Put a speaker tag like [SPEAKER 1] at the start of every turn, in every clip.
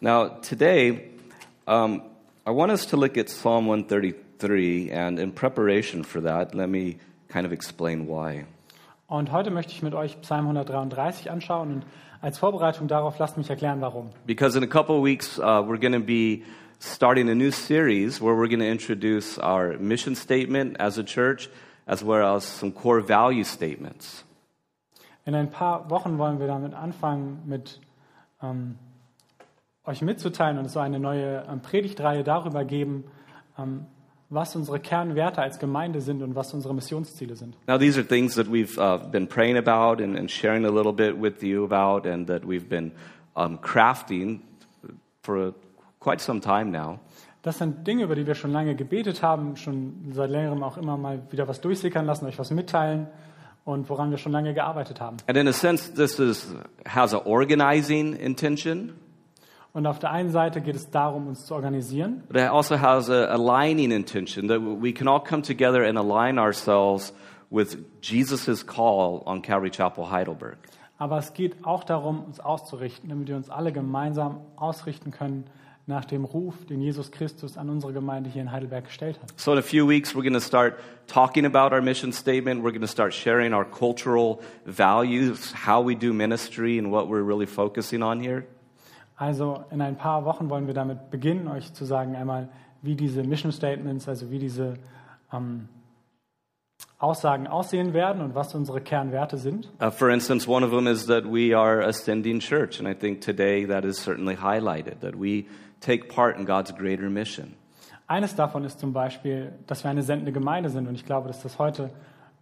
[SPEAKER 1] Now, today, um, I want us to look at Psalm 133, and in preparation for that, let me kind of explain why.
[SPEAKER 2] Und heute möchte ich mit euch Psalm 133 anschauen und als Vorbereitung darauf lasst mich erklären, warum.
[SPEAKER 1] Because in a couple of weeks, uh, we're going to be starting a new series where we're going to introduce our mission statement as a church, as well as some core value statements.
[SPEAKER 2] In ein paar Wochen wollen wir damit anfangen, mit ähm, euch mitzuteilen und es soll eine neue ähm, Predigtreihe darüber geben, ähm, was unsere Kernwerte als Gemeinde sind und was unsere Missionsziele sind.
[SPEAKER 1] Now, these are things that we've uh, been praying about and, and sharing a little bit with you about, and that we've been um, crafting for quite some time now.
[SPEAKER 2] Das sind Dinge, über die wir schon lange gebetet haben, schon seit längerem auch immer mal wieder was durchsickern lassen, euch was mitteilen und woran wir schon lange gearbeitet haben.
[SPEAKER 1] And in a sense, this is, has an organizing intention,
[SPEAKER 2] Und auf der einen Seite geht es darum, uns zu organisieren,
[SPEAKER 1] but it also has a aligning intention that we can all come together and align ourselves with Jesus' call on Calvary Chapel Heidelberg.
[SPEAKER 2] aber es geht auch darum, uns auszurichten, damit wir uns alle gemeinsam ausrichten können nach dem Ruf, den Jesus Christus an unsere Gemeinde hier in Heidelberg gestellt hat.
[SPEAKER 1] So, in a few weeks, we're going to start talking about our mission statement. We're going to start sharing our cultural values, how we do ministry, and what we're really focusing on here.
[SPEAKER 2] Also in ein paar Wochen wollen wir damit beginnen, euch zu sagen einmal, wie diese Mission Statements, also wie diese ähm, Aussagen aussehen werden und was unsere Kernwerte sind.
[SPEAKER 1] Uh, for instance, one of them is that we are ascending church, and I think today that is certainly highlighted that we take part in God's greater mission.
[SPEAKER 2] Eines davon ist zum Beispiel, dass wir eine sendende Gemeinde sind und ich glaube, dass das heute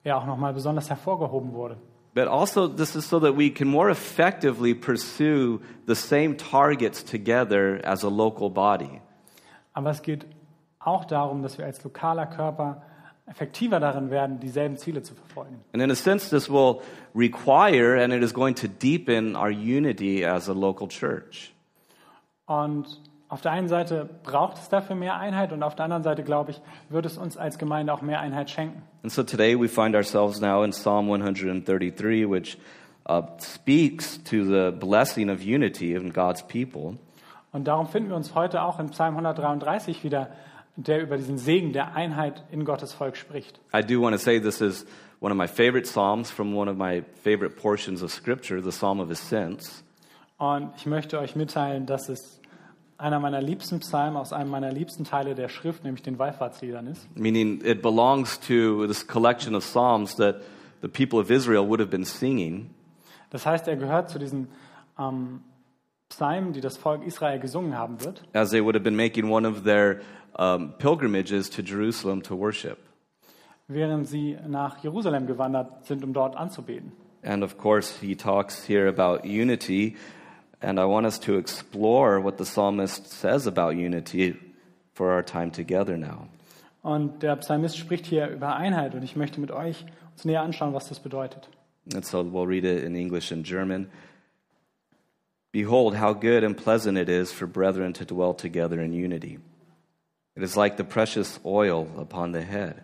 [SPEAKER 2] ja auch nochmal besonders hervorgehoben wurde.
[SPEAKER 1] But also, this is so that we can more effectively pursue the same targets together as a local body.
[SPEAKER 2] Aber es geht auch darum, dass wir als lokaler Körper effektiver darin werden, dieselben Ziele zu verfolgen.
[SPEAKER 1] And in a sense, this will require and it is going to deepen our unity as a local church.
[SPEAKER 2] Und auf der einen Seite braucht es dafür mehr Einheit und auf der anderen Seite, glaube ich, wird es uns als Gemeinde auch mehr Einheit schenken.
[SPEAKER 1] And so today we find ourselves now in Psalm 133, which uh, speaks to the blessing of unity in God's people.
[SPEAKER 2] Und darum finden wir uns heute auch im Psalm 133 wieder, der über diesen Segen der Einheit in Gottes Volk spricht.
[SPEAKER 1] I do want to say this is one of my favorite Psalms from one of my favorite portions of Scripture, the Psalm of Ascents.
[SPEAKER 2] Und ich möchte euch mitteilen, dass es einer meiner liebsten Psalmen aus einem meiner liebsten Teile der Schrift, nämlich den Wallfahrtsliedern ist.
[SPEAKER 1] meaning it belongs to this collection of psalms that the people of Israel would have been singing.
[SPEAKER 2] Das heißt, er gehört zu diesen ähm, Psalmen, die das Volk Israel gesungen haben wird.
[SPEAKER 1] as they would have been making one of their um, pilgrimages to Jerusalem to worship.
[SPEAKER 2] während sie nach Jerusalem gewandert sind, um dort anzubeten.
[SPEAKER 1] And of course, he talks here about unity, and I want us to explore what the psalmist says about unity for our time together now.
[SPEAKER 2] Und der Psalmist spricht hier über Einheit und ich möchte mit euch uns näher anschauen, was das bedeutet.
[SPEAKER 1] And so we'll read it in English and German. Behold, how good and pleasant it is for brethren to dwell together in unity. It is like the precious oil upon the head,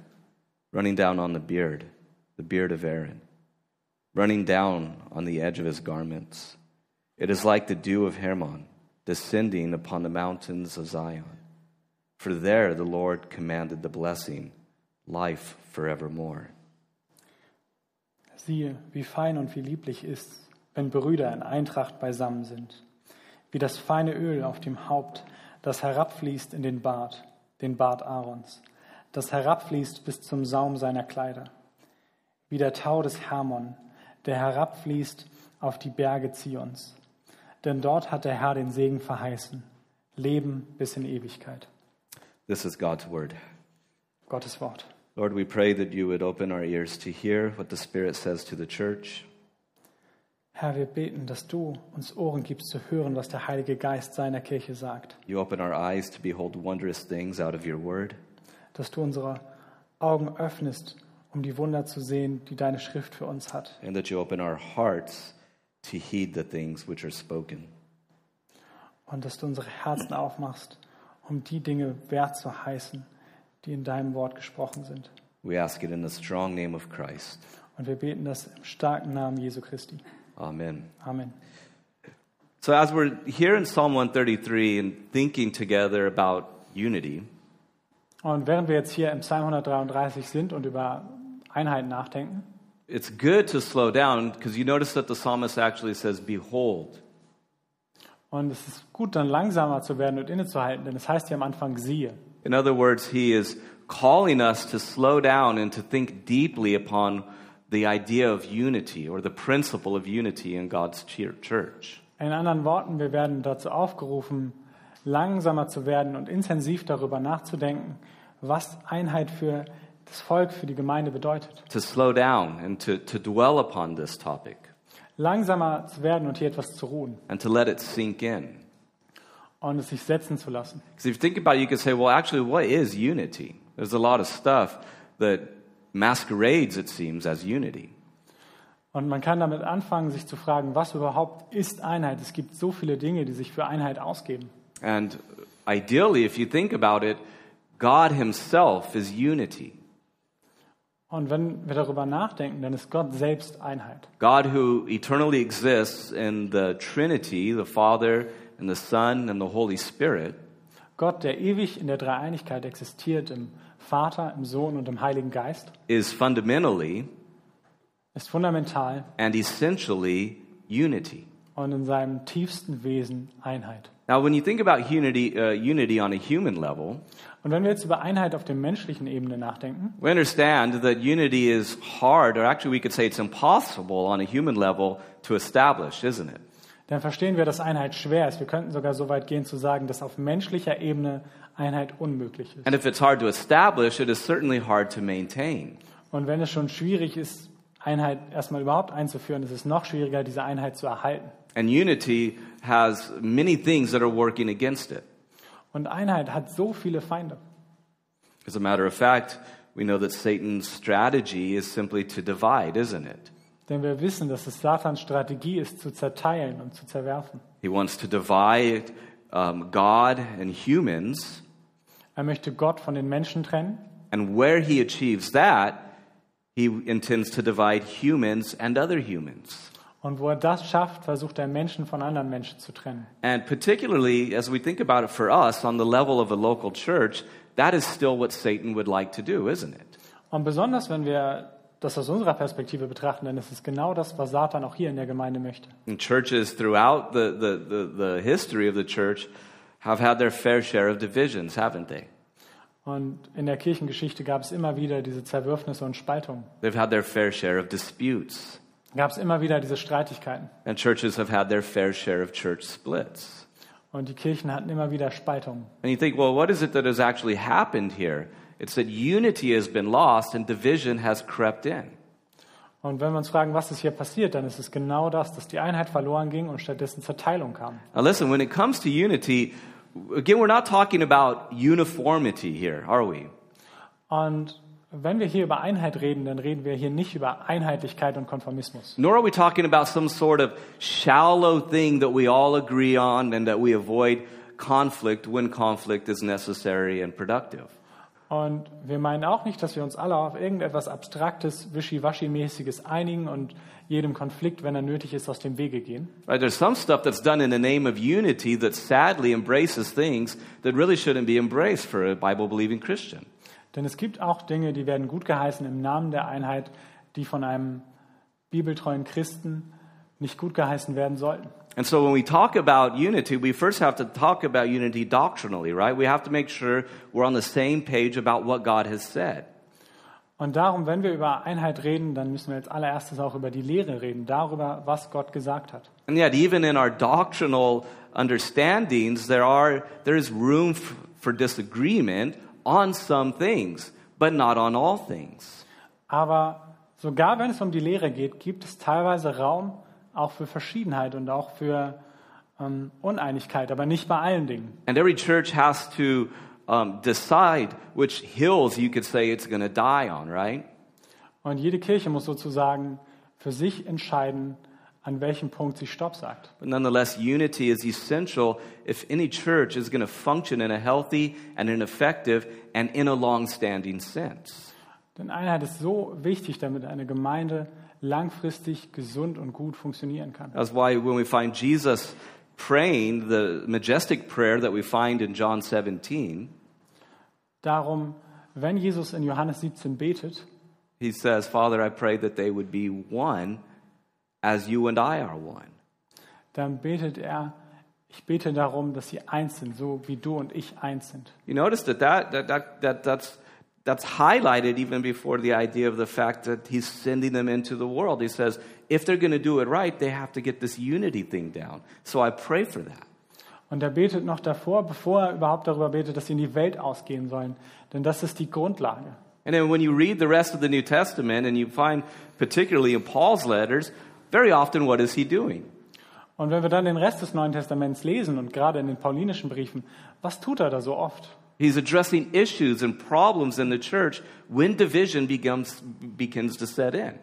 [SPEAKER 1] running down on the beard, the beard of Aaron, running down on the edge of his garments. It is like the dew of Hermon, descending upon the mountains of Zion. For there the Lord commanded the blessing, life forevermore.
[SPEAKER 2] Siehe, wie fein und wie lieblich ist's, wenn Brüder in Eintracht beisammen sind. Wie das feine Öl auf dem Haupt, das herabfließt in den Bart, den Bart Aarons, das herabfließt bis zum Saum seiner Kleider. Wie der Tau des Hermon, der herabfließt auf die Berge Zions. Denn dort hat der Herr den Segen verheißen, Leben bis in Ewigkeit.
[SPEAKER 1] This is God's word.
[SPEAKER 2] Gottes Wort.
[SPEAKER 1] Lord, we pray that you would open our ears to hear what the Spirit says to the church.
[SPEAKER 2] Herr, wir beten, dass du uns Ohren gibst zu hören, was der Heilige Geist seiner Kirche sagt.
[SPEAKER 1] You open our eyes to behold wondrous things out of your word.
[SPEAKER 2] dass du unsere Augen öffnest, um die Wunder zu sehen, die deine Schrift für uns hat.
[SPEAKER 1] and that you open our hearts to heed the things which are spoken.
[SPEAKER 2] Und dass du unsere Herzen aufmachst, um die Dinge wert zu heißen, die in deinem Wort gesprochen sind.
[SPEAKER 1] We ask it in the strong name of Christ.
[SPEAKER 2] Und wir beten das im starken Namen Jesu Christi.
[SPEAKER 1] Amen.
[SPEAKER 2] Amen.
[SPEAKER 1] So, as we're here in Psalm 133 and thinking together about unity,
[SPEAKER 2] Und während wir jetzt hier im Psalm 133 sind und über Einheit nachdenken,
[SPEAKER 1] it's good to slow down because you notice that the psalmist actually says, Behold.
[SPEAKER 2] und es ist gut, dann langsamer zu werden und innezuhalten, denn es heißt ja am Anfang siehe.
[SPEAKER 1] In other words, he is calling us to slow down and to think deeply upon the idea of unity or the principle of unity in God's chur- church.
[SPEAKER 2] In anderen Worten, wir werden dazu aufgerufen, langsamer zu werden und intensiv darüber nachzudenken, was Einheit für das Volk, für die Gemeinde bedeutet.
[SPEAKER 1] To slow down and to, to dwell upon this topic
[SPEAKER 2] Langsamer zu werden und hier etwas zu ruhen
[SPEAKER 1] and to let it sink in.
[SPEAKER 2] und es sich setzen zu lassen.
[SPEAKER 1] Because if you think about it, you can say, well, actually, what is unity? There's a lot of stuff that masquerades, it seems, as unity.
[SPEAKER 2] Und man kann damit anfangen, sich zu fragen, was überhaupt ist Einheit? Es gibt so viele Dinge, die sich für Einheit ausgeben.
[SPEAKER 1] And ideally, if you think about it, God Himself is unity.
[SPEAKER 2] Und wenn wir darüber nachdenken, dann ist Gott selbst Einheit.
[SPEAKER 1] God who eternally exists in the Trinity, the Father and the Son and the Holy Spirit,
[SPEAKER 2] Gott, der ewig in der Dreieinigkeit existiert, im Vater, im Sohn und im Heiligen Geist,
[SPEAKER 1] is fundamentally
[SPEAKER 2] ist fundamental
[SPEAKER 1] and essentially unity.
[SPEAKER 2] und in seinem tiefsten Wesen Einheit.
[SPEAKER 1] Now, when you think about unity, uh, unity on a human level,
[SPEAKER 2] Und wenn wir jetzt über Einheit auf der menschlichen Ebene nachdenken,
[SPEAKER 1] we understand that unity is hard, or actually, we could say it's impossible on a human level to establish, isn't it?
[SPEAKER 2] dann verstehen wir, dass Einheit schwer ist. Wir könnten sogar so weit gehen zu sagen, dass auf menschlicher Ebene Einheit unmöglich ist.
[SPEAKER 1] And if it's hard to establish, it is certainly hard to maintain.
[SPEAKER 2] Und wenn es schon schwierig ist, Einheit erstmal überhaupt einzuführen, ist es noch schwieriger, diese Einheit zu erhalten.
[SPEAKER 1] And unity has many things that are working against it.
[SPEAKER 2] Und Einheit hat so viele Feinde.
[SPEAKER 1] As a matter of fact, we know that Satan's strategy is simply to divide, isn't it?
[SPEAKER 2] Denn wir wissen, dass es Satans Strategie ist, zu zerteilen und zu zerwerfen.
[SPEAKER 1] He wants to divide um, God and humans,
[SPEAKER 2] Er möchte Gott von den Menschen trennen.
[SPEAKER 1] and where he achieves that, he intends to divide humans and other humans.
[SPEAKER 2] Und wo er das schafft, versucht er Menschen von anderen Menschen zu trennen.
[SPEAKER 1] And particularly as we think about it for us on the level of a local church, that is still what Satan would like to do, isn't it?
[SPEAKER 2] Und besonders, wenn wir das aus unserer Perspektive betrachten, dann ist es genau das, was Satan auch hier in der Gemeinde möchte.
[SPEAKER 1] And churches throughout the, the, the, the history of the church have had their fair share of divisions, haven't they?
[SPEAKER 2] Und in der Kirchengeschichte gab es immer wieder diese Zerwürfnisse und Spaltungen.
[SPEAKER 1] They've had their fair share of disputes,
[SPEAKER 2] Gab es immer wieder diese Streitigkeiten.
[SPEAKER 1] and churches have had their fair share of church splits.
[SPEAKER 2] Und die Kirchen hatten immer wieder Spaltungen.
[SPEAKER 1] And you think, well, what is it that has actually happened here? It's that unity has been lost and division has crept in.
[SPEAKER 2] Und wenn wir uns fragen, was ist hier passiert, dann ist es genau das, dass die Einheit verloren ging und stattdessen Zerteilung kam.
[SPEAKER 1] Now, listen, when it comes to unity, again, we're not talking about uniformity here, are we?
[SPEAKER 2] Und wenn wir hier über Einheit reden, dann reden wir hier nicht über Einheitlichkeit und Konformismus.
[SPEAKER 1] Nor are we talking about some sort of shallow thing that we all agree on and that we avoid conflict when conflict is necessary and productive.
[SPEAKER 2] Und wir meinen auch nicht, dass wir uns alle auf irgendetwas Abstraktes, Wischiwaschi-mäßiges einigen und jedem Konflikt, wenn er nötig ist, aus dem Wege gehen.
[SPEAKER 1] Right, there's some stuff that's done in the name of unity that sadly embraces things that really shouldn't be embraced for a Bible believing Christian.
[SPEAKER 2] Denn es gibt auch Dinge, die werden gut geheißen im Namen der Einheit, die von einem bibeltreuen Christen nicht gut geheißen werden sollten.
[SPEAKER 1] And so when we talk about unity, we first have to talk about unity doctrinally, right? We have to make sure we're on the same page about what God has said.
[SPEAKER 2] Und darum, wenn wir über Einheit reden, dann müssen wir als allererstes auch über die Lehre reden, darüber, was Gott gesagt hat.
[SPEAKER 1] And yet, even in our doctrinal understandings, there, are, there is room f- for disagreement on some things, but not on all things.
[SPEAKER 2] Aber sogar wenn es um die Lehre geht, gibt es teilweise Raum auch für Verschiedenheit und auch für ähm, Uneinigkeit, aber nicht bei allen Dingen.
[SPEAKER 1] And every church has to um, decide which hills you could say it's going to die on, right?
[SPEAKER 2] Und jede Kirche muss sozusagen für sich entscheiden, an welchem Punkt sie Stopp sagt.
[SPEAKER 1] But nonetheless, unity is essential if any church is going to function in a healthy and an effective and in a long standing sense.
[SPEAKER 2] Denn Einheit ist so wichtig, damit eine Gemeinde langfristig gesund und gut funktionieren kann.
[SPEAKER 1] That's why when we find Jesus praying the majestic prayer that we find in John 17,
[SPEAKER 2] Darum, wenn Jesus in Johannes 17 betet,
[SPEAKER 1] he says, Father, I pray that they would be one as you and I are one.
[SPEAKER 2] dann betet er, ich bete darum, dass sie eins sind, so wie du und ich eins sind.
[SPEAKER 1] You notice that, that, that, that, that that's, that's highlighted even before the idea of the fact that he's sending them into the world. He says, if they're going to do it right, they have to get this unity thing down. So I pray for that.
[SPEAKER 2] Und er betet noch davor, bevor er überhaupt darüber betet, dass sie in die Welt ausgehen sollen. Denn das ist die Grundlage.
[SPEAKER 1] And then when you read the rest of the New Testament and you find, particularly in Paul's letters, very often what is he doing?
[SPEAKER 2] Und wenn wir dann den Rest des Neuen Testaments lesen und gerade in den paulinischen Briefen, was tut er da so oft?
[SPEAKER 1] He's addressing issues and problems in the church when division becomes, begins to set in.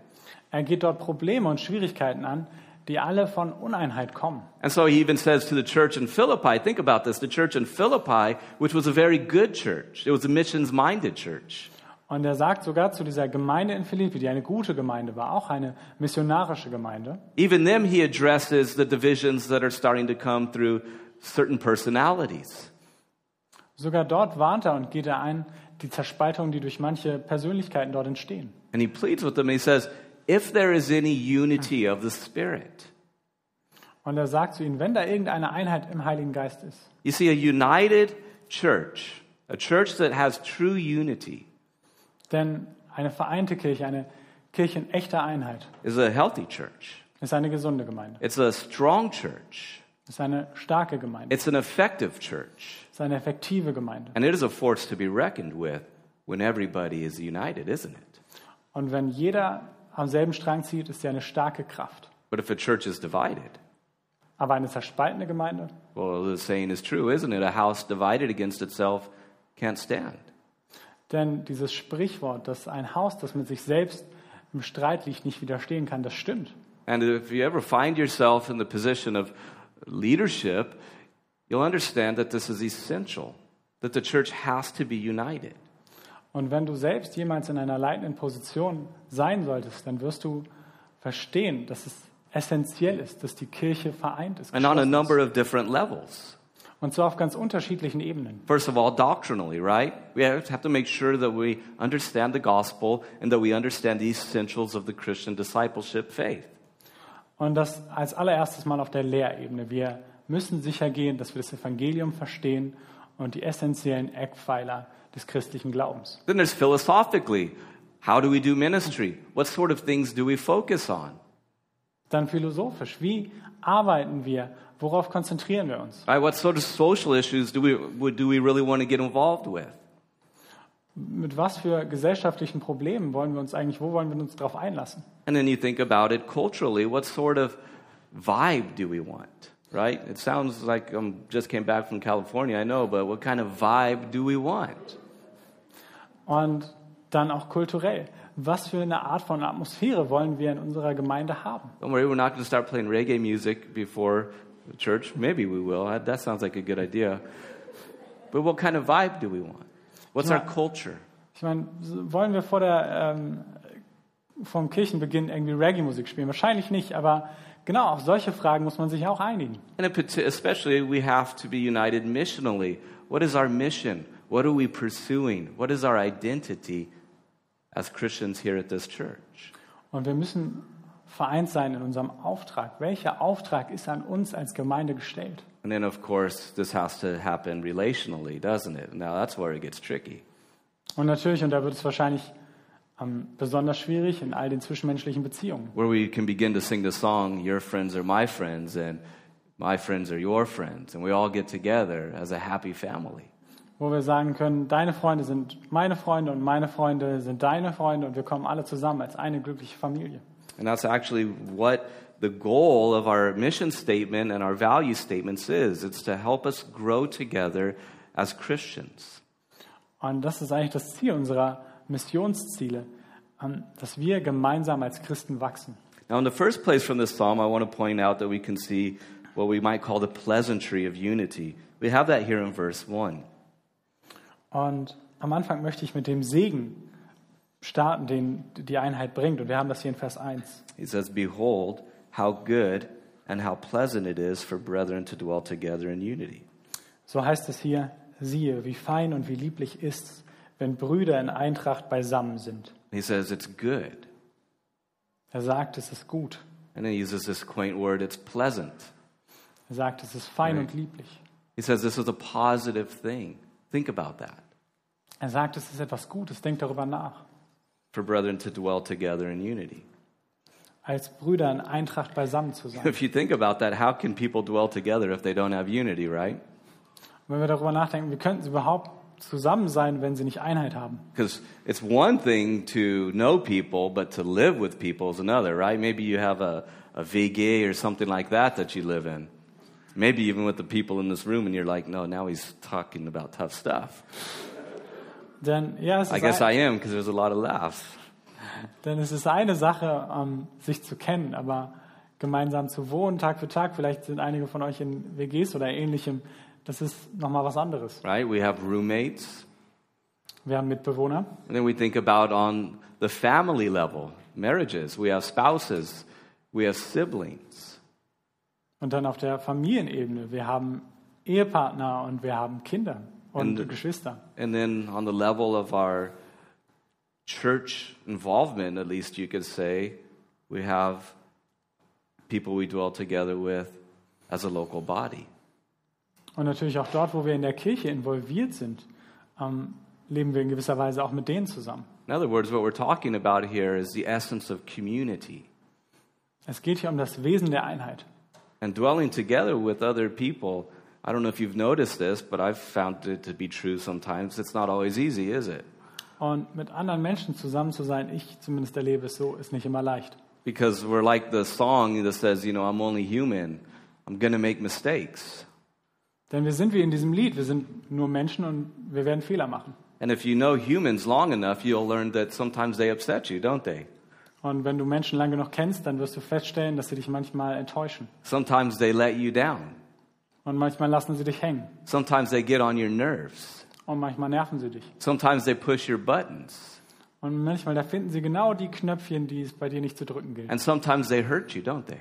[SPEAKER 2] Er geht dort Probleme und Schwierigkeiten an, die alle von Uneinheit kommen.
[SPEAKER 1] And so he even says to the church in Philippi, think about this, the church in Philippi, which was a very good church, it was a missions minded church.
[SPEAKER 2] Und er sagt sogar zu dieser Gemeinde in Philippi, die eine gute Gemeinde war, auch eine missionarische Gemeinde,
[SPEAKER 1] Even them, he addresses the divisions that are starting to come through certain personalities.
[SPEAKER 2] sogar dort warnt er und geht er ein, die Zerspaltung, die durch manche Persönlichkeiten dort entstehen.
[SPEAKER 1] And he pleads with them, he says, if there is any unity of the Spirit,
[SPEAKER 2] Und er sagt zu ihnen, wenn da irgendeine Einheit im Heiligen Geist ist,
[SPEAKER 1] you see, a united church, a church that has true unity,
[SPEAKER 2] denn eine vereinte Kirche, eine Kirche in echter Einheit,
[SPEAKER 1] is a healthy church.
[SPEAKER 2] ist eine gesunde Gemeinde,
[SPEAKER 1] It's a strong church.
[SPEAKER 2] ist eine starke Gemeinde,
[SPEAKER 1] It's an effective church.
[SPEAKER 2] ist eine effektive Gemeinde.
[SPEAKER 1] And it is a force to be reckoned with when everybody is united, isn't it?
[SPEAKER 2] Und wenn jeder am selben Strang zieht, ist sie eine starke Kraft.
[SPEAKER 1] But if a church is divided,
[SPEAKER 2] Aber eine zerspaltene Gemeinde,
[SPEAKER 1] well, the saying is true, isn't it? A house divided against itself can't stand.
[SPEAKER 2] denn dieses Sprichwort, dass ein Haus, das mit sich selbst im Streit liegt, nicht widerstehen kann, das stimmt.
[SPEAKER 1] And if you ever find yourself in the position of leadership, you'll understand that this is essential, that the church has to be united.
[SPEAKER 2] Und wenn du selbst jemals in einer leitenden Position sein solltest, dann wirst du verstehen, dass es essentiell ist, dass die Kirche vereint ist.
[SPEAKER 1] And on a
[SPEAKER 2] geschlossen
[SPEAKER 1] number of different levels.
[SPEAKER 2] ist. Und zwar auf ganz unterschiedlichen Ebenen.
[SPEAKER 1] First of all, doctrinally, right? We have to make sure that we understand the gospel and that we understand the essentials of the Christian discipleship faith.
[SPEAKER 2] Und das als allererstes Mal auf der Lehrebene. Wir müssen sicher gehen, dass wir das Evangelium verstehen und die essentiellen Eckpfeiler des christlichen Glaubens.
[SPEAKER 1] Then there's philosophically how do we do ministry? What sort of things do we focus on?
[SPEAKER 2] Dann philosophisch. Wie arbeiten wir? Worauf konzentrieren wir uns?
[SPEAKER 1] Right? What sort of social issues do we, would- do we really want to get involved with?
[SPEAKER 2] Mit was für gesellschaftlichen Problemen wollen wir uns eigentlich, wo wollen wir uns darauf einlassen?
[SPEAKER 1] And then you think about it culturally what sort of vibe do we want? Right? It sounds like I um, just came back from California, I know, but what kind of vibe do we want?
[SPEAKER 2] Und dann auch kulturell. Was für eine Art von Atmosphäre wollen wir in unserer Gemeinde haben?
[SPEAKER 1] Don't worry, we're not going to start playing reggae music before the church. Maybe we will. That- That sounds like a good idea. But what kind of vibe do we want? What's our
[SPEAKER 2] Yeah.
[SPEAKER 1] culture?
[SPEAKER 2] Ich meine, so- wollen wir vor der, ähm, vom Kirchenbeginn irgendwie Reggae-Musik spielen? Wahrscheinlich nicht, aber genau, auf solche Fragen muss man sich auch einigen.
[SPEAKER 1] And in parti- especially, we have to be united missionally. What is our mission? What are we pursuing? What is our identity as Christians here at this church?
[SPEAKER 2] Und wir müssen vereint sein in unserem Auftrag. Welcher Auftrag ist an uns als Gemeinde gestellt?
[SPEAKER 1] And then, of course, this has to happen relationally, doesn't it? Now, that's where it gets tricky.
[SPEAKER 2] Und natürlich, und da wird es wahrscheinlich ähm, besonders schwierig in all den zwischenmenschlichen Beziehungen.
[SPEAKER 1] Where we can begin to sing the song, Your Friends Are My Friends, and My Friends Are Your Friends. And we all get together as a happy family.
[SPEAKER 2] wo wir sagen können, deine Freunde sind meine Freunde und meine Freunde sind deine Freunde und wir kommen alle zusammen als eine glückliche Familie.
[SPEAKER 1] And that's actually what the goal of our mission statement and our value statements is. It's to help us grow together as Christians.
[SPEAKER 2] Und das ist eigentlich das Ziel unserer Missionsziele, ähm, dass wir gemeinsam als Christen wachsen.
[SPEAKER 1] Now, in the first place from this psalm, I want to point out that we can see what we might call the pleasantry of unity. We have that here in verse 1.
[SPEAKER 2] Und am Anfang möchte ich mit dem Segen starten, den die Einheit bringt. Und wir haben das hier in Vers 1.
[SPEAKER 1] He says, Behold, how good and how pleasant it is for brethren to dwell together in unity.
[SPEAKER 2] So heißt es hier, siehe, wie fein und wie lieblich ist's, wenn Brüder in Eintracht beisammen sind.
[SPEAKER 1] He says it's good.
[SPEAKER 2] Er sagt, es ist gut.
[SPEAKER 1] And then he uses this quaint word, it's pleasant.
[SPEAKER 2] Er sagt, es ist fein und lieblich.
[SPEAKER 1] He says this is a positive thing. Think about that.
[SPEAKER 2] Er sagt, es ist etwas Gutes, denkt darüber nach.
[SPEAKER 1] For brethren to dwell together in unity.
[SPEAKER 2] Als Brüder in Eintracht beisammen zu sein.
[SPEAKER 1] If you think about that, how can people dwell together if they don't have unity, right?
[SPEAKER 2] Wenn wir darüber nachdenken, wie könnten sie überhaupt zusammen sein, wenn sie nicht Einheit haben?
[SPEAKER 1] Because it's one thing to know people, but to live with people is another, right? Maybe you have a, a VG or something like that that you live in. Maybe even with the people in this room, and you're like, no, now he's talking about tough stuff.
[SPEAKER 2] Denn, ja, es
[SPEAKER 1] I
[SPEAKER 2] ist
[SPEAKER 1] guess
[SPEAKER 2] ein-
[SPEAKER 1] I am, because there's a lot of laughs.
[SPEAKER 2] Denn es ist eine Sache, ähm, sich zu kennen, aber gemeinsam zu wohnen, Tag für Tag, vielleicht sind einige von euch in WGs oder ähnlichem, das ist nochmal was anderes.
[SPEAKER 1] right? We have roommates.
[SPEAKER 2] Wir haben Mitbewohner.
[SPEAKER 1] And then we think about on the family level, marriages. We have spouses. We have siblings.
[SPEAKER 2] Und dann auf der Familienebene, wir haben Ehepartner und wir haben Kinder und
[SPEAKER 1] Und-
[SPEAKER 2] Geschwister.
[SPEAKER 1] And then on the level of our church involvement, at least you could say, we have people we dwell together with as a local body.
[SPEAKER 2] Und natürlich auch dort, wo wir in der Kirche involviert sind, ähm, leben wir in gewisser Weise auch mit denen zusammen.
[SPEAKER 1] In other words, what we're talking about here is the essence of community.
[SPEAKER 2] Es geht hier um das Wesen der Einheit.
[SPEAKER 1] And dwelling together with other people, I don't know if you've noticed this, but I've found it to be true sometimes. It's not always easy, is it?
[SPEAKER 2] Und mit anderen Menschen zusammen zu sein, ich zumindest erlebe es so, ist nicht immer leicht.
[SPEAKER 1] Because we're like the song that says, you know, I'm only human. I'm going to make mistakes.
[SPEAKER 2] Denn wir sind wie in diesem Lied, wir sind nur Menschen und wir werden Fehler machen.
[SPEAKER 1] And if you know humans long enough, you'll learn that sometimes they upset you, don't they?
[SPEAKER 2] Und wenn du Menschen lange genug kennst, dann wirst du feststellen, dass sie dich manchmal enttäuschen.
[SPEAKER 1] Sometimes they let you down.
[SPEAKER 2] Und manchmal lassen sie dich hängen.
[SPEAKER 1] Sometimes they get on your nerves.
[SPEAKER 2] Und manchmal nerven sie dich.
[SPEAKER 1] Sometimes they push your buttons.
[SPEAKER 2] Und manchmal, da finden sie genau die Knöpfchen, die es bei dir nicht zu drücken gilt.
[SPEAKER 1] And sometimes they hurt you, don't they?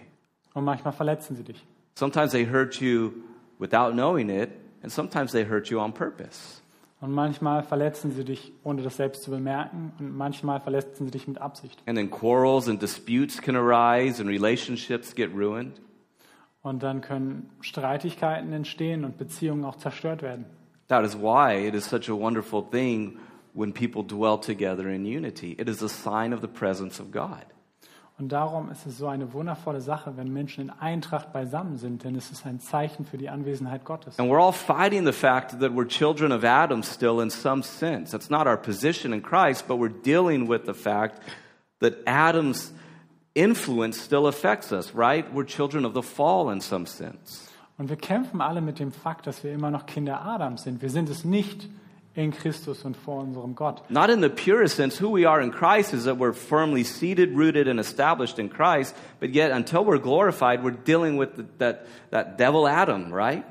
[SPEAKER 2] Und manchmal verletzen sie dich.
[SPEAKER 1] Sometimes they hurt you without knowing it, and sometimes they hurt you on purpose.
[SPEAKER 2] Und manchmal verletzen sie dich, ohne das selbst zu bemerken. Und manchmal verletzen sie dich mit Absicht.
[SPEAKER 1] And then quarrels and disputes can arise, and relationships get ruined.
[SPEAKER 2] Und dann können Streitigkeiten entstehen und Beziehungen auch zerstört werden.
[SPEAKER 1] That is why it is such a wonderful thing when people dwell together in unity. It is a sign of the presence of God.
[SPEAKER 2] Und darum ist es so eine wundervolle Sache, wenn Menschen in Eintracht beisammen sind, denn es ist ein Zeichen für die Anwesenheit Gottes.
[SPEAKER 1] And we're all fighting the fact that we're children of Adam still in some sense. That's not our position in Christ, but we're dealing with the fact that Adam's influence still affects us, right? We're children of the fall in some sense.
[SPEAKER 2] Und wir kämpfen alle mit dem Fakt, dass wir immer noch Kinder Adams sind. Wir sind es nicht in Christus und vor unserem Gott.
[SPEAKER 1] Not in the purest sense, who we are in Christ is that we're firmly seated, rooted, and established in Christ, but yet until we're glorified, we're dealing with the, that, that devil Adam, right?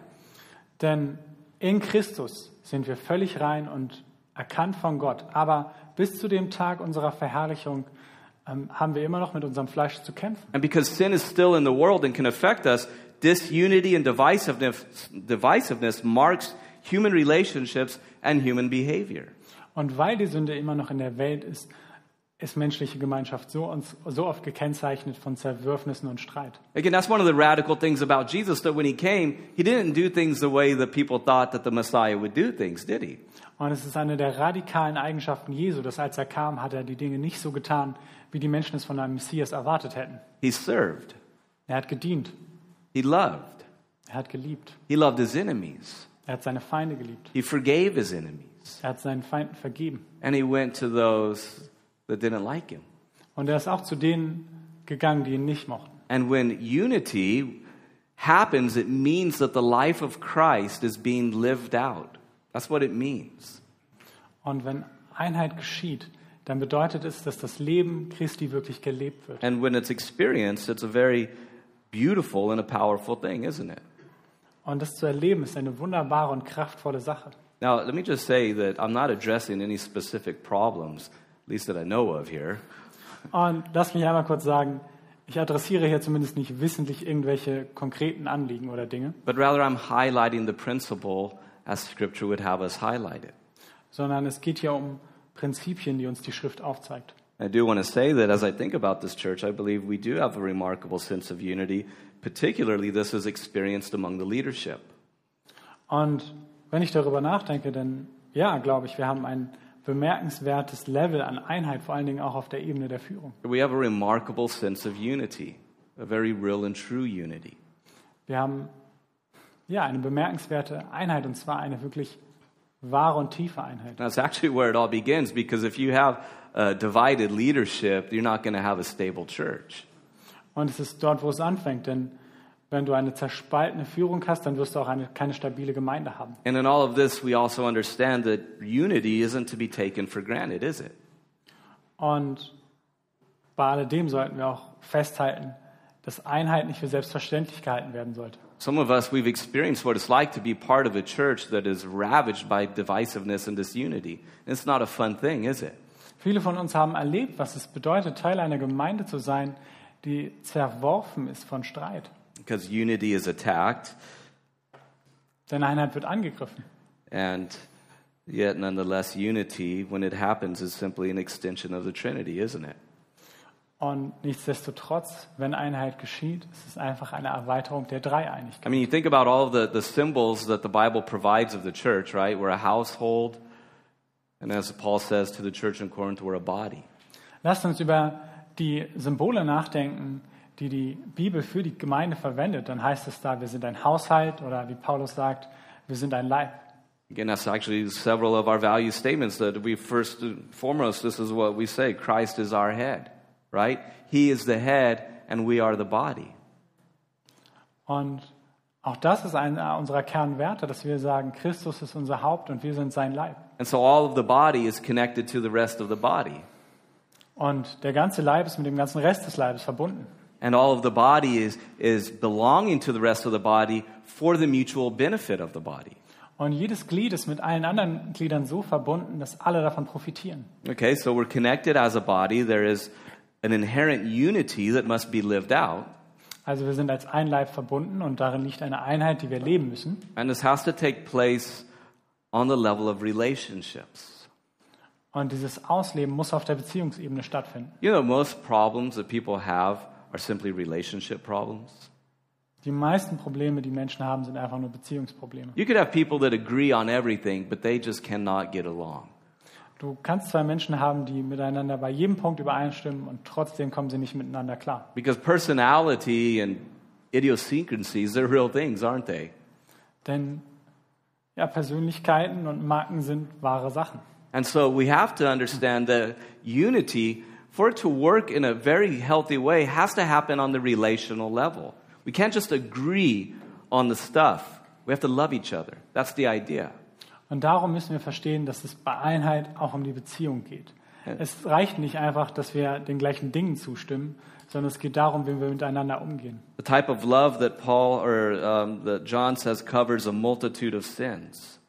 [SPEAKER 2] Denn in Christus sind wir völlig rein und erkannt von Gott. Aber bis zu dem Tag unserer Verherrlichung ähm, haben wir immer noch mit unserem Fleisch zu kämpfen.
[SPEAKER 1] And because sin is still in the world and can affect us, disunity and divisiveness, divisiveness marks human relationships and human behavior.
[SPEAKER 2] Und weil die Sünde immer noch in der Welt ist, ist menschliche Gemeinschaft so, uns, so oft gekennzeichnet von Zerwürfnissen und Streit.
[SPEAKER 1] Again, that's one of the radical things about Jesus that when he came, he didn't do things the way that people thought that the Messiah would do things, did he?
[SPEAKER 2] Und es ist eine der radikalen Eigenschaften Jesu, dass als er kam, hat er die Dinge nicht so getan, wie die Menschen es von einem Messias erwartet hätten.
[SPEAKER 1] He served,
[SPEAKER 2] Er hat gedient,
[SPEAKER 1] he loved,
[SPEAKER 2] er hat geliebt,
[SPEAKER 1] he loved his enemies,
[SPEAKER 2] er hat seine Feinde geliebt,
[SPEAKER 1] he forgave his enemies,
[SPEAKER 2] er hat seinen Feinden vergeben.
[SPEAKER 1] and he went to those that didn't like him.
[SPEAKER 2] Und er ist auch zu denen gegangen, die ihn nicht mochten.
[SPEAKER 1] And when unity happens, it means that the life of Christ is being lived out. That's what it means.
[SPEAKER 2] Und wenn Einheit geschieht, dann bedeutet es, dass das Leben Christi wirklich gelebt wird.
[SPEAKER 1] And when it's experienced, it's a very beautiful and a powerful thing, isn't it?
[SPEAKER 2] Und das zu erleben ist eine wunderbare und kraftvolle Sache.
[SPEAKER 1] Now, let me just say that I'm not addressing any specific problems, at least that I know of here.
[SPEAKER 2] Und lass mich einmal kurz sagen, Ich adressiere hier zumindest nicht wissentlich irgendwelche konkreten Anliegen oder Dinge,
[SPEAKER 1] but rather I'm highlighting the principle as Scripture would have us highlight it.
[SPEAKER 2] sondern es geht hier um Prinzipien, die uns die Schrift aufzeigt.
[SPEAKER 1] I do want to say that as I think about this church, I believe we do have a remarkable sense of unity. Particularly, this is experienced among the leadership.
[SPEAKER 2] Und wenn ich darüber nachdenke, dann ja, glaube ich, wir haben ein bemerkenswertes Level an Einheit, vor allen Dingen auch auf der Ebene der Führung.
[SPEAKER 1] We have a remarkable sense of unity, a very real and true unity.
[SPEAKER 2] Wir haben ja eine bemerkenswerte Einheit und zwar eine wirklich wahre und tiefe Einheit.
[SPEAKER 1] That's actually where it all begins because if you have uh, divided leadership, you're not going to have a stable church.
[SPEAKER 2] Und es ist dort, wo es anfängt, denn wenn du eine zerspaltene Führung hast, dann wirst du auch eine, keine stabile Gemeinde haben.
[SPEAKER 1] And in all of this, we also understand that unity isn't to be taken for granted, is it?
[SPEAKER 2] Und bei alledem sollten wir auch festhalten, dass Einheit nicht für selbstverständlich gehalten werden sollte.
[SPEAKER 1] Some of us, we've experienced what it's like to be part of a church that is ravaged by divisiveness and disunity. It's not a fun thing, is it?
[SPEAKER 2] Viele von uns haben erlebt, was es bedeutet, Teil einer Gemeinde zu sein, die zerworfen ist von Streit.
[SPEAKER 1] Because unity is attacked,
[SPEAKER 2] Denn Einheit wird angegriffen.
[SPEAKER 1] and yet, nonetheless, unity, when it happens, is simply an extension of the Trinity, isn't it?
[SPEAKER 2] Und nichtsdestotrotz, wenn Einheit geschieht, ist es einfach eine Erweiterung der Dreieinigkeit.
[SPEAKER 1] I mean, you think about all the, the symbols that the Bible provides of the church, right? We're a household, and as Paul says to the church in Corinth, we're a body.
[SPEAKER 2] Lasst uns über die Symbole nachdenken, die die Bibel für die Gemeinde verwendet. Dann heißt es da, wir sind ein Haushalt oder wie Paulus sagt, wir sind ein Leib.
[SPEAKER 1] Again, that's actually several of our value statements that we first and foremost, this is what we say Christ is our head, right? He is the head, and we are the body.
[SPEAKER 2] Und auch das ist einer unserer Kernwerte, dass wir sagen, Christus ist unser Haupt und wir sind sein Leib.
[SPEAKER 1] And so all of the body is connected to the rest of the body.
[SPEAKER 2] Und der ganze Leib ist mit dem ganzen Rest des Leibes verbunden.
[SPEAKER 1] And all of the body is, is belonging to the rest of the body for the mutual benefit of the body.
[SPEAKER 2] Und jedes Glied ist mit allen anderen Gliedern so verbunden, dass alle davon profitieren.
[SPEAKER 1] Okay, so we're connected as a body. There is an inherent unity that must be lived out.
[SPEAKER 2] Also wir sind als ein Leib verbunden und darin liegt eine Einheit, die wir leben müssen.
[SPEAKER 1] And this has to take place on the level of relationships.
[SPEAKER 2] Und dieses Ausleben muss auf der Beziehungsebene stattfinden.
[SPEAKER 1] You know, most problems that people have are simply relationship problems.
[SPEAKER 2] Die meisten Probleme, die Menschen haben, sind einfach nur Beziehungsprobleme.
[SPEAKER 1] You could have people that agree on everything, but they just cannot get along.
[SPEAKER 2] Du kannst zwei Menschen haben, die miteinander bei jedem Punkt übereinstimmen und trotzdem kommen sie nicht miteinander klar.
[SPEAKER 1] Because personality and idiosyncrasies, they're real things, aren't they?
[SPEAKER 2] Denn ja, Persönlichkeiten und Marken sind wahre Sachen.
[SPEAKER 1] And so we have to understand that unity, for it to work in a very healthy way, has to happen on the relational level. We can't just agree on the stuff. We have to love each other. That's the idea.
[SPEAKER 2] Und darum müssen wir verstehen, dass es bei Einheit auch um die Beziehung geht. Es reicht nicht einfach, dass wir den gleichen Dingen zustimmen, sondern es geht darum, wie wir miteinander umgehen.
[SPEAKER 1] The type of love that Paul or um, that John says covers a multitude of sins.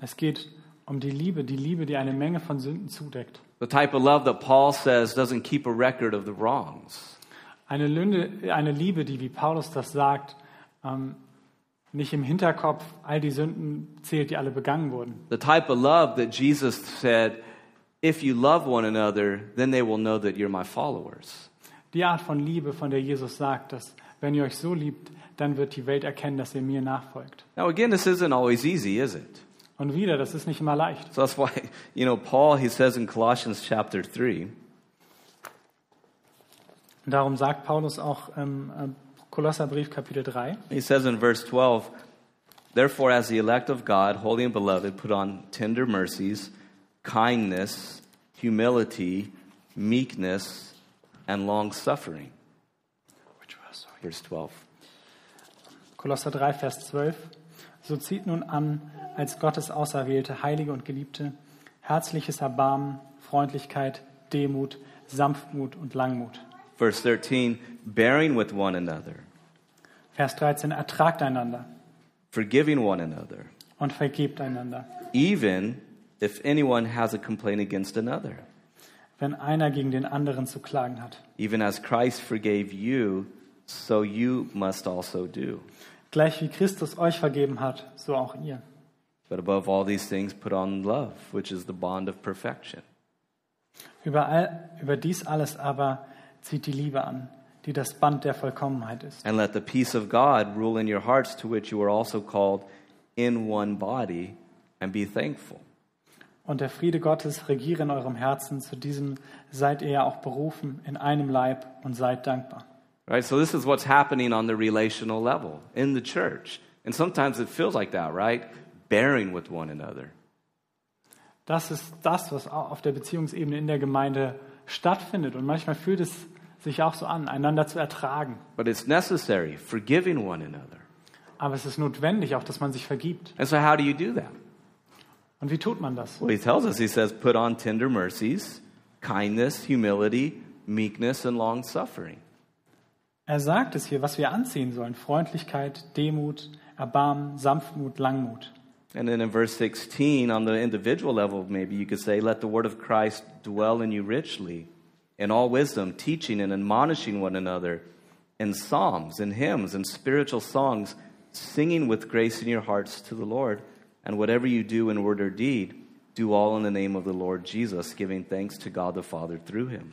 [SPEAKER 2] Es geht um die Liebe, die Liebe, die eine Menge von Sünden zudeckt.
[SPEAKER 1] The type of love that Paul says doesn't keep a record of the wrongs.
[SPEAKER 2] Eine, Lünde, eine Liebe, die, wie Paulus das sagt, ähm, nicht im Hinterkopf all die Sünden zählt, die alle begangen wurden.
[SPEAKER 1] The type of love that Jesus said, if you love one another, then they will know that you're my followers.
[SPEAKER 2] Die Art von Liebe, von der Jesus sagt, dass wenn ihr euch so liebt, dann wird die Welt erkennen, dass ihr mir nachfolgt.
[SPEAKER 1] Now, again, this isn't always easy, is it?
[SPEAKER 2] Und wieder, das ist nicht immer leicht.
[SPEAKER 1] So that's why, you know, Paul, he says in Colossians chapter 3,
[SPEAKER 2] Und Darum sagt Paulus auch im ähm, Kolosserbrief Kapitel 3,
[SPEAKER 1] he says in verse 12, Therefore, as the elect of God, holy and beloved, put on tender mercies, kindness, humility, meekness, and long suffering. Verse 12.
[SPEAKER 2] Kolosser 3, Vers 12. So zieht nun an, als Gottes auserwählte Heilige und Geliebte, herzliches Erbarmen, Freundlichkeit, Demut, Sanftmut und Langmut.
[SPEAKER 1] Verse 13, bearing with one another,
[SPEAKER 2] Vers 13, ertragt einander
[SPEAKER 1] forgiving one another,
[SPEAKER 2] und vergebt einander,
[SPEAKER 1] even if anyone has a complaint against another.
[SPEAKER 2] wenn einer gegen den anderen zu klagen hat.
[SPEAKER 1] Even as Christ forgave you, so you must also do.
[SPEAKER 2] Gleich wie Christus euch vergeben hat, so auch ihr.
[SPEAKER 1] But above all these things, put on love, which is the bond of perfection.
[SPEAKER 2] Über, all, über dies alles aber zieht die Liebe an, die das Band der Vollkommenheit ist.
[SPEAKER 1] And let the peace of God rule in your hearts, to which you are also called in one body, and be thankful.
[SPEAKER 2] Und der Friede Gottes regiere in eurem Herzen, zu diesem seid ihr ja auch berufen, in einem Leib und seid dankbar.
[SPEAKER 1] Right? So, this is what's happening on the relational level in the church. And sometimes it feels like that, right? Bearing with one another.
[SPEAKER 2] Das ist das, was au- auf der Beziehungsebene in der Gemeinde stattfindet. Und manchmal fühlt es sich auch so an, einander zu ertragen.
[SPEAKER 1] But it's necessary, forgiving one another.
[SPEAKER 2] Aber es ist notwendig auch, dass man sich vergibt.
[SPEAKER 1] And so, how do you do that?
[SPEAKER 2] Und wie tut man das?
[SPEAKER 1] Well, he tells us, he says, put on tender mercies, kindness, humility, meekness, and long suffering.
[SPEAKER 2] Er sagt es hier, was wir anziehen sollen. Freundlichkeit, Demut, Erbarmen, Sanftmut, Langmut.
[SPEAKER 1] And then in verse 16, on the individual level, maybe you could say, Let the word of Christ dwell in you richly, in all wisdom, teaching and admonishing one another in psalms and hymns and spiritual songs, singing with grace in your hearts to the Lord. And whatever you do in word or deed, do all in the name of the Lord Jesus, giving thanks to God the Father through him.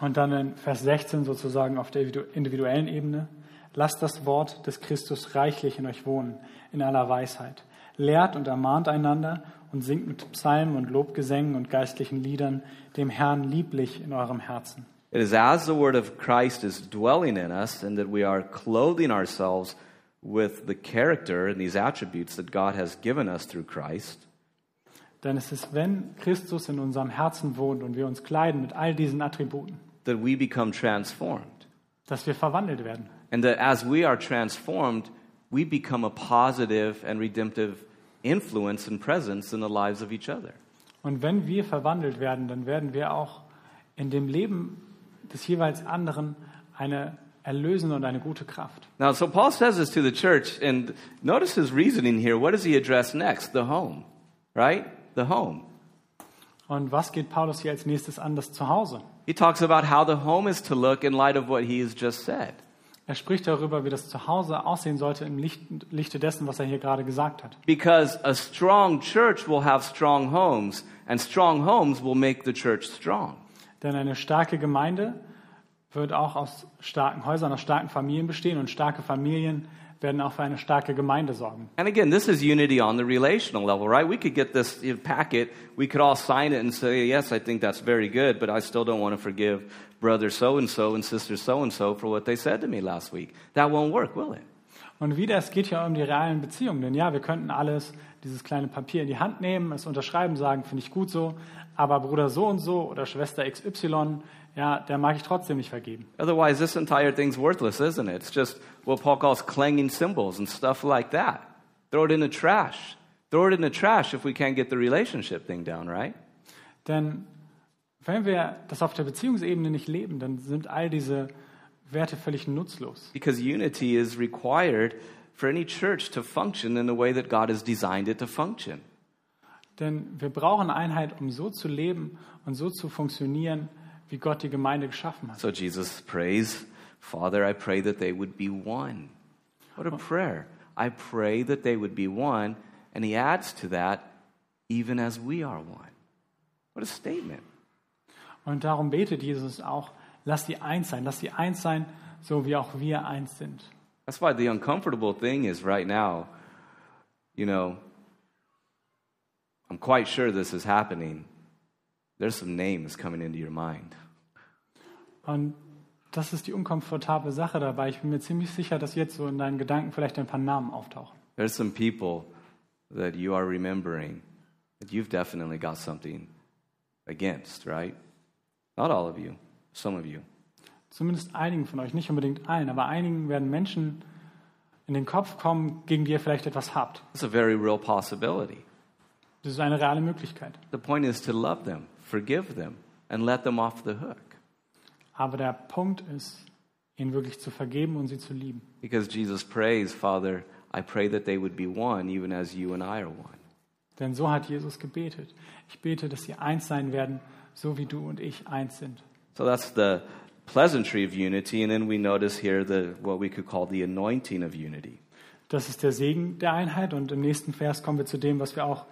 [SPEAKER 2] Und dann in Vers 16 sozusagen auf der individuellen Ebene. Lasst das Wort des Christus reichlich in euch wohnen, in aller Weisheit. Lehrt und ermahnt einander und singt mit Psalmen und Lobgesängen und geistlichen Liedern dem Herrn lieblich in eurem Herzen.
[SPEAKER 1] It is as the word of Christ is dwelling in us and that we are clothing ourselves with the character and these attributes that God has given us through Christ.
[SPEAKER 2] Denn es ist, wenn Christus in unserem Herzen wohnt und wir uns kleiden mit all diesen Attributen,
[SPEAKER 1] that we become transformed.
[SPEAKER 2] dass wir verwandelt werden.
[SPEAKER 1] And that as we are transformed, we become a positive and redemptive influence and presence in the lives of each other.
[SPEAKER 2] Und wenn wir verwandelt werden, dann werden wir auch in dem Leben des jeweils anderen eine erlösende und eine gute Kraft.
[SPEAKER 1] Now, so Paul says this to the church, and notice his reasoning here. What does he address next? The home, right? The home.
[SPEAKER 2] Und was geht Paulus hier als nächstes an? Das Zuhause.
[SPEAKER 1] He talks about how the home is to look in light of what he has just said.
[SPEAKER 2] Er spricht darüber, wie das Zuhause aussehen sollte im Licht, Lichte dessen, was er hier gerade gesagt hat.
[SPEAKER 1] Because a strong church will have strong homes, and strong homes will make the church strong.
[SPEAKER 2] Denn eine starke Gemeinde wird auch aus starken Häusern, aus starken Familien bestehen und starke Familien werden auch für eine starke Gemeinde sorgen.
[SPEAKER 1] And again, this is unity on the relational level, right? We could get this you know, packet, we could all sign it and say, yes, I think that's very good, but I still don't want to forgive brother so and so and sister so and so for what they said to me last week. That won't work, will it?
[SPEAKER 2] Und wieder, es geht hier um die realen Beziehungen. Denn ja, wir könnten alles, dieses kleine Papier in die Hand nehmen, es unterschreiben, sagen, finde ich gut so, aber Bruder so und so oder Schwester XY, ja, der mag ich trotzdem nicht vergeben.
[SPEAKER 1] Otherwise, this entire thing's worthless, isn't it? It's just what Paul calls clanging cymbals and stuff like that. Throw it in the trash. Throw it in the trash if we can't get the relationship thing down, right?
[SPEAKER 2] Denn wenn wir das auf der Beziehungsebene nicht leben, dann sind all diese Werte völlig nutzlos.
[SPEAKER 1] Because unity is required for any church to function in the way that God has designed it to function.
[SPEAKER 2] Denn wir brauchen Einheit, um so zu leben und so zu funktionieren, wie Gott die Gemeinde geschaffen hat.
[SPEAKER 1] So Jesus prays, Father, I pray that they would be one. What a prayer. I pray that they would be one. And he adds to that, even as we are one. What a statement.
[SPEAKER 2] Und darum betet Jesus auch, lass die eins sein, lass die eins sein, so wie auch wir eins sind.
[SPEAKER 1] That's why the uncomfortable thing is right now, you know, I'm quite sure this is happening. There's some names coming into your mind.
[SPEAKER 2] Und das ist die unkomfortable Sache dabei. Ich bin mir ziemlich sicher, dass jetzt so in deinen Gedanken vielleicht ein paar Namen auftauchen.
[SPEAKER 1] There's some people that you are remembering that you've definitely got something against, right? Not all of you, some of you.
[SPEAKER 2] Zumindest einigen von euch, nicht unbedingt allen, aber einigen werden Menschen in den Kopf kommen, gegen die ihr vielleicht etwas habt.
[SPEAKER 1] It's a very real possibility.
[SPEAKER 2] Das ist eine reale Möglichkeit.
[SPEAKER 1] The point is to love them, forgive them, and let them off the hook.
[SPEAKER 2] Aber der Punkt ist, ihnen wirklich zu vergeben und sie zu lieben.
[SPEAKER 1] Because Jesus prays, Father, I pray that they would be one, even as you and I are one.
[SPEAKER 2] Denn so hat Jesus gebetet. Ich bete, dass sie eins sein werden, so wie du und ich eins sind.
[SPEAKER 1] So that's the pleasantry of unity. And then we notice here the, what we could call the anointing of unity.
[SPEAKER 2] Das ist der Segen der Einheit und im nächsten Vers kommen wir zu dem, was wir auch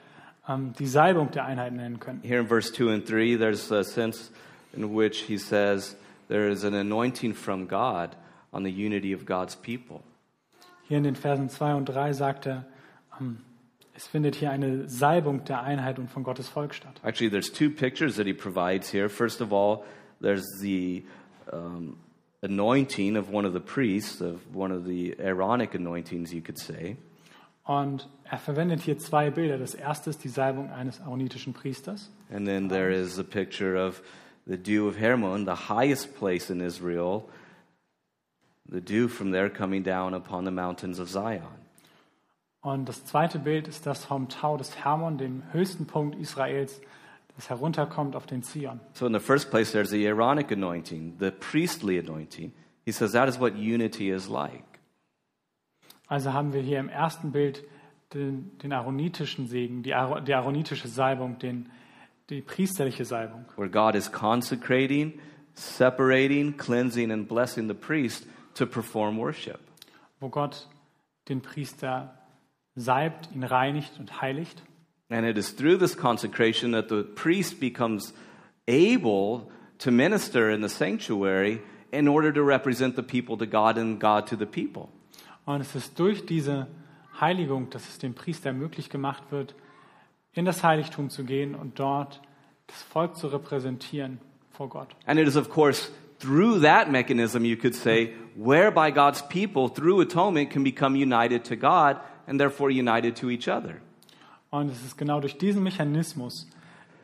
[SPEAKER 2] ähm, die Salbung der Einheit nennen können.
[SPEAKER 1] Here in verse 2 and 3, there's a sense in which he says there is an anointing from God on the unity of God's people.
[SPEAKER 2] Hier in den Versen 2 und 3 sagt er, ähm, es findet hier eine Salbung der Einheit und von Gottes Volk statt.
[SPEAKER 1] Actually, there's two pictures that he provides here. First of all, there's the um, anointing of one of the priests, of one of the Aaronic anointings, you could say.
[SPEAKER 2] Und er verwendet hier zwei Bilder. Das erste ist die Salbung eines aaronitischen Priesters.
[SPEAKER 1] And then there is a picture of the dew of Hermon, the highest place in Israel, the dew from there coming down upon the mountains of Zion.
[SPEAKER 2] Und das zweite Bild ist das vom Tau des Hermon, dem höchsten Punkt Israels, das herunterkommt auf den Zion.
[SPEAKER 1] So, in the first place, there's the Aaronic anointing, the priestly anointing. He says that is what unity is like.
[SPEAKER 2] Also haben wir hier im ersten Bild den, den aaronitischen Segen, die, Aaro- die aaronitische Salbung, den, die priesterliche Salbung.
[SPEAKER 1] where God is consecrating, separating, cleansing, and blessing the priest to perform worship.
[SPEAKER 2] wo Gott den Priester salbt, ihn reinigt und heiligt.
[SPEAKER 1] And it is through this consecration that the priest becomes able to minister in the sanctuary in order to represent the people to God and God to the people.
[SPEAKER 2] Und es ist durch diese Heiligung, dass es dem Priester möglich gemacht wird, in das Heiligtum zu gehen und dort das Volk zu repräsentieren vor Gott.
[SPEAKER 1] And it is, of course, through that mechanism, you could say, whereby God's people, through atonement, can become united to God and therefore united to each other.
[SPEAKER 2] Und es ist genau durch diesen Mechanismus,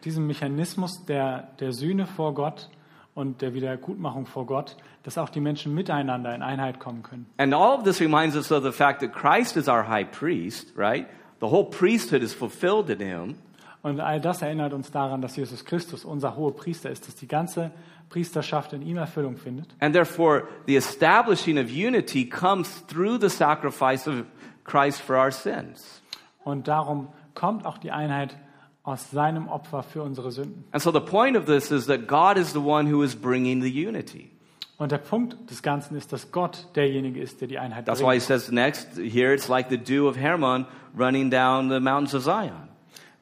[SPEAKER 2] diesen Mechanismus der, der Sühne vor Gott und der Wiedergutmachung vor Gott, dass auch die Menschen miteinander in Einheit kommen können.
[SPEAKER 1] And all of this reminds us of the fact that Christ is our high priest, right? The whole priesthood is fulfilled in him.
[SPEAKER 2] Und all das erinnert uns daran, dass Jesus Christus unser hoher Priester ist, dass die ganze Priesterschaft in ihm Erfüllung findet.
[SPEAKER 1] And therefore, the establishing of unity comes through the sacrifice of Christ for our sins.
[SPEAKER 2] Und darum kommt auch die Einheit aus seinem Opfer für unsere Sünden.
[SPEAKER 1] And so the point of this is that God is the one who is bringing the unity.
[SPEAKER 2] Und der Punkt des Ganzen ist, dass Gott derjenige ist, der die Einheit
[SPEAKER 1] That's why he
[SPEAKER 2] bringt.
[SPEAKER 1] says next here, it's like the dew of Hermon running down the mountains of Zion.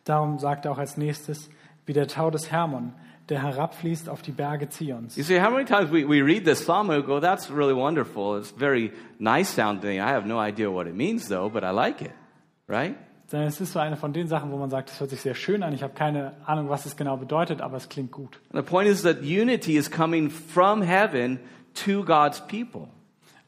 [SPEAKER 2] Darum sagt er auch als nächstes, wie der Tau des Hermon, der herabfließt auf die Berge Zions.
[SPEAKER 1] You see, how many times we, we read this psalm and we go, that's really wonderful. It's very nice sounding. I have no idea what it means, though, but I like it, right?
[SPEAKER 2] Denn es ist so eine von den Sachen, wo man sagt, das hört sich sehr schön an, ich habe keine Ahnung, was es genau bedeutet, aber es klingt gut.
[SPEAKER 1] The point is that unity is coming from heaven to God's people.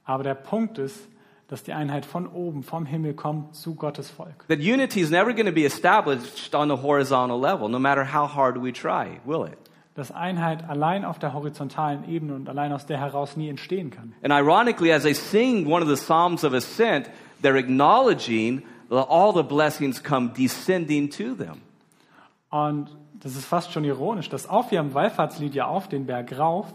[SPEAKER 2] Aber der Punkt ist, dass die Einheit von oben, vom Himmel kommt zu Gottes Volk.
[SPEAKER 1] That unity is never going to be established on the horizontal level, no matter how hard we try, will it?
[SPEAKER 2] dass Einheit allein auf der horizontalen Ebene und allein aus der heraus nie entstehen kann.
[SPEAKER 1] And ironically, as they sing one of the Psalms of Ascent, they're acknowledging that all the blessings come descending to them.
[SPEAKER 2] Und das ist fast schon ironisch, dass auf ihrem Wallfahrtslied ja auf den Berg rauf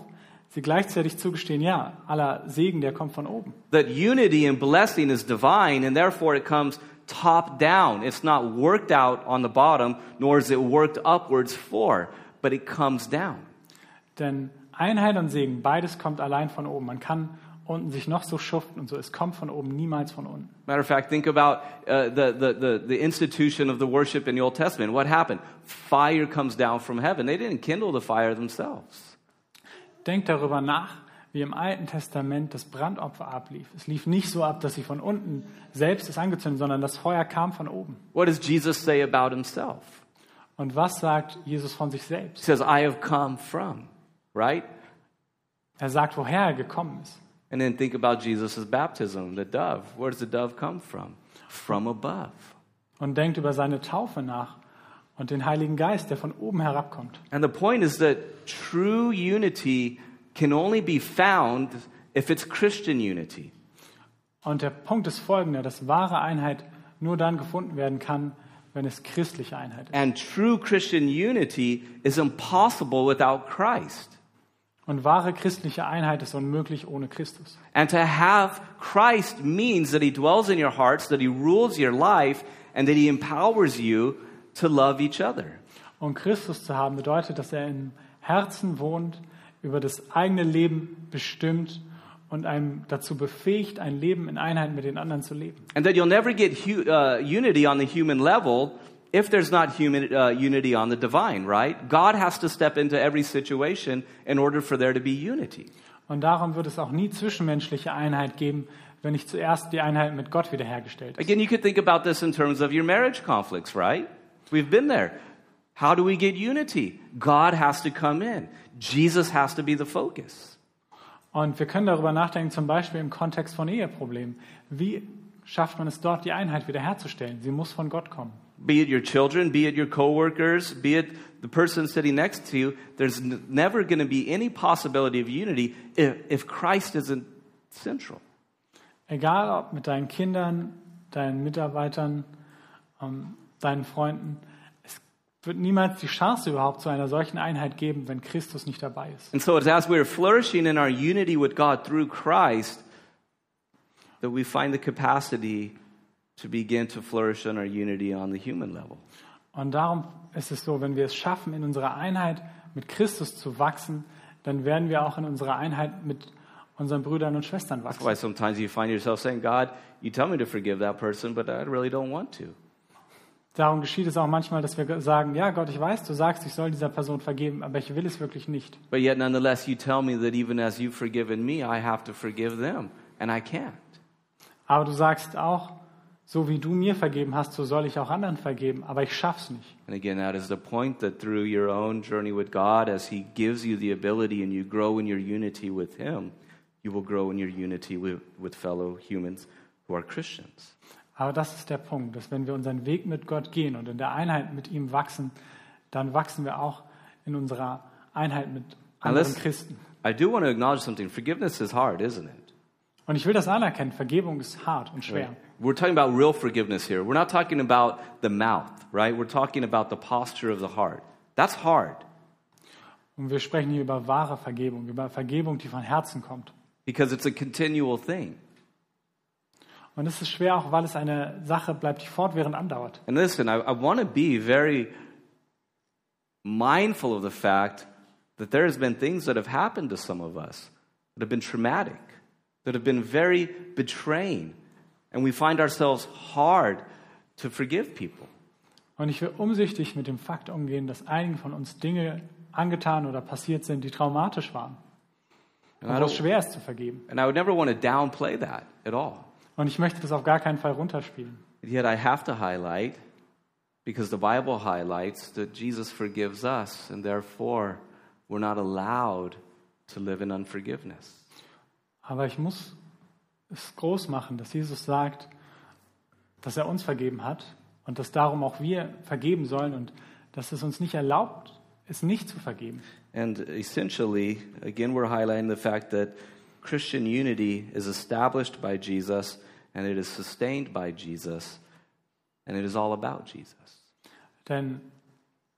[SPEAKER 2] sie gleichzeitig zugestehen, ja, aller Segen, der kommt von oben.
[SPEAKER 1] That unity and blessing is divine, and therefore it comes top down. It's not worked out on the bottom, nor is it worked upwards for, but it comes down.
[SPEAKER 2] Denn Einheit und Segen, beides kommt allein von oben. Man kann unten sich noch so schuften und so, es kommt von oben, niemals von unten.
[SPEAKER 1] Matter of fact, think about uh, the, the, the, the institution of the worship in the Old Testament. What happened? Fire comes down from heaven. They didn't kindle the fire themselves.
[SPEAKER 2] Denkt darüber nach, wie im Alten Testament das Brandopfer ablief. Es lief nicht so ab, dass sie von unten selbst es angezündet, sondern das Feuer kam von oben.
[SPEAKER 1] What does Jesus say about himself?
[SPEAKER 2] Und was sagt Jesus von sich selbst?
[SPEAKER 1] He says, I have come from, right?
[SPEAKER 2] Er sagt, woher er gekommen ist.
[SPEAKER 1] And then think about Jesus' baptism, the dove. Where does the dove come from? From above.
[SPEAKER 2] Und denkt über seine Taufe nach und den Heiligen Geist, der von oben herabkommt.
[SPEAKER 1] And the point is that true unity can only be found if it's Christian unity.
[SPEAKER 2] Und der Punkt ist folgender, dass wahre Einheit nur dann gefunden werden kann, wenn es christliche Einheit ist.
[SPEAKER 1] And true Christian unity is impossible without Christ.
[SPEAKER 2] Und wahre christliche Einheit ist unmöglich ohne Christus.
[SPEAKER 1] And to have Christ means that He dwells in your hearts, that He rules your life, and that He empowers you to love each other.
[SPEAKER 2] Und Christus zu haben bedeutet, dass er im Herzen wohnt, über das eigene Leben bestimmt und einem dazu befähigt, ein Leben in Einheit mit den anderen zu leben.
[SPEAKER 1] And that you'll never get hu- uh, unity on the human level if there's not human, uh, unity on the divine, right? God has to step into every situation in order for there to be unity.
[SPEAKER 2] Und darum wird es auch nie zwischenmenschliche Einheit geben, wenn nicht zuerst die Einheit mit Gott wiederhergestellt ist.
[SPEAKER 1] Again, you could think about this in terms of your marriage conflicts, right? We've been there. How do we get unity? God has to come in, Jesus has to be the focus.
[SPEAKER 2] Und wir können darüber nachdenken, zum Beispiel im Kontext von Eheproblemen. Wie schafft man es dort, die Einheit wiederherzustellen? Sie muss von Gott kommen.
[SPEAKER 1] Be it your children, be it your coworkers, be it the person sitting next to you, there's n- never going to be any possibility of unity if, if Christ isn't central.
[SPEAKER 2] Egal ob mit deinen Kindern, deinen Mitarbeitern, ähm, deinen Freunden, es wird niemals die Chance überhaupt zu einer solchen Einheit geben, wenn Christus nicht dabei ist.
[SPEAKER 1] And so it's as we're flourishing in our unity with God through Christ that we find the capacity to begin to flourish in our unity on the human level.
[SPEAKER 2] Und darum ist es so, wenn wir es schaffen, in unserer Einheit mit Christus zu wachsen, dann werden wir auch in unserer Einheit mit unseren Brüdern und Schwestern
[SPEAKER 1] That's why
[SPEAKER 2] wachsen.
[SPEAKER 1] sometimes you find yourself saying, God, you tell me to forgive that person, but I really don't want to.
[SPEAKER 2] Darum geschieht es auch manchmal, dass wir sagen, ja Gott, ich weiß, du sagst, ich soll dieser Person vergeben, aber ich will es wirklich nicht.
[SPEAKER 1] But yet, nonetheless, you tell me that even as you've forgiven me, I have to forgive them, and I can't.
[SPEAKER 2] Aber du sagst auch, so wie du mir vergeben hast, so soll ich auch anderen vergeben, aber ich schaff's nicht.
[SPEAKER 1] And again, that is the point that through your own journey with God, as He gives you the ability and you grow in your unity with Him, you will grow in your unity with, with fellow humans who are Christians.
[SPEAKER 2] Aber das ist der Punkt, dass wenn wir unseren Weg mit Gott gehen und in der Einheit mit ihm wachsen, dann wachsen wir auch in unserer Einheit mit anderen
[SPEAKER 1] Alles-
[SPEAKER 2] Christen.
[SPEAKER 1] I do want to acknowledge something. Forgiveness is hard, isn't it?
[SPEAKER 2] Und ich will das anerkennen, Vergebung ist hart und schwer.
[SPEAKER 1] We're talking about real forgiveness here. We're not talking about the mouth, right? We're talking about the posture of the heart. That's hard
[SPEAKER 2] Und wir sprechen hier über wahre Vergebung, über Vergebung, die von Herzen kommt.
[SPEAKER 1] because it's a continual thing.
[SPEAKER 2] Und es ist schwer auch, weil es eine Sache bleibt, die fortwährend andauert.
[SPEAKER 1] And listen, I, I want to be very mindful of the fact that there has been things that have happened to some of us that have been traumatic, that have been very betraying, and we find ourselves hard to forgive people.
[SPEAKER 2] Und ich will umsichtig mit dem Fakt umgehen, dass einigen von uns Dinge angetan oder passiert sind, die traumatisch waren.
[SPEAKER 1] And
[SPEAKER 2] Und
[SPEAKER 1] I
[SPEAKER 2] wo es
[SPEAKER 1] don't,
[SPEAKER 2] schwer ist zu vergeben.
[SPEAKER 1] and I would never want to downplay that at all.
[SPEAKER 2] Und ich möchte das auf gar keinen Fall runterspielen.
[SPEAKER 1] And yet I have to highlight, because the Bible highlights that Jesus forgives us, and therefore we're not allowed to live in unforgiveness.
[SPEAKER 2] Aber ich muss es groß machen, dass Jesus sagt, dass er uns vergeben hat und dass darum auch wir vergeben sollen und dass es uns nicht erlaubt, es nicht zu vergeben.
[SPEAKER 1] And essentially, again, we're highlighting the fact that Christian unity is established by Jesus, and it is sustained by Jesus, and it is all about Jesus.
[SPEAKER 2] Denn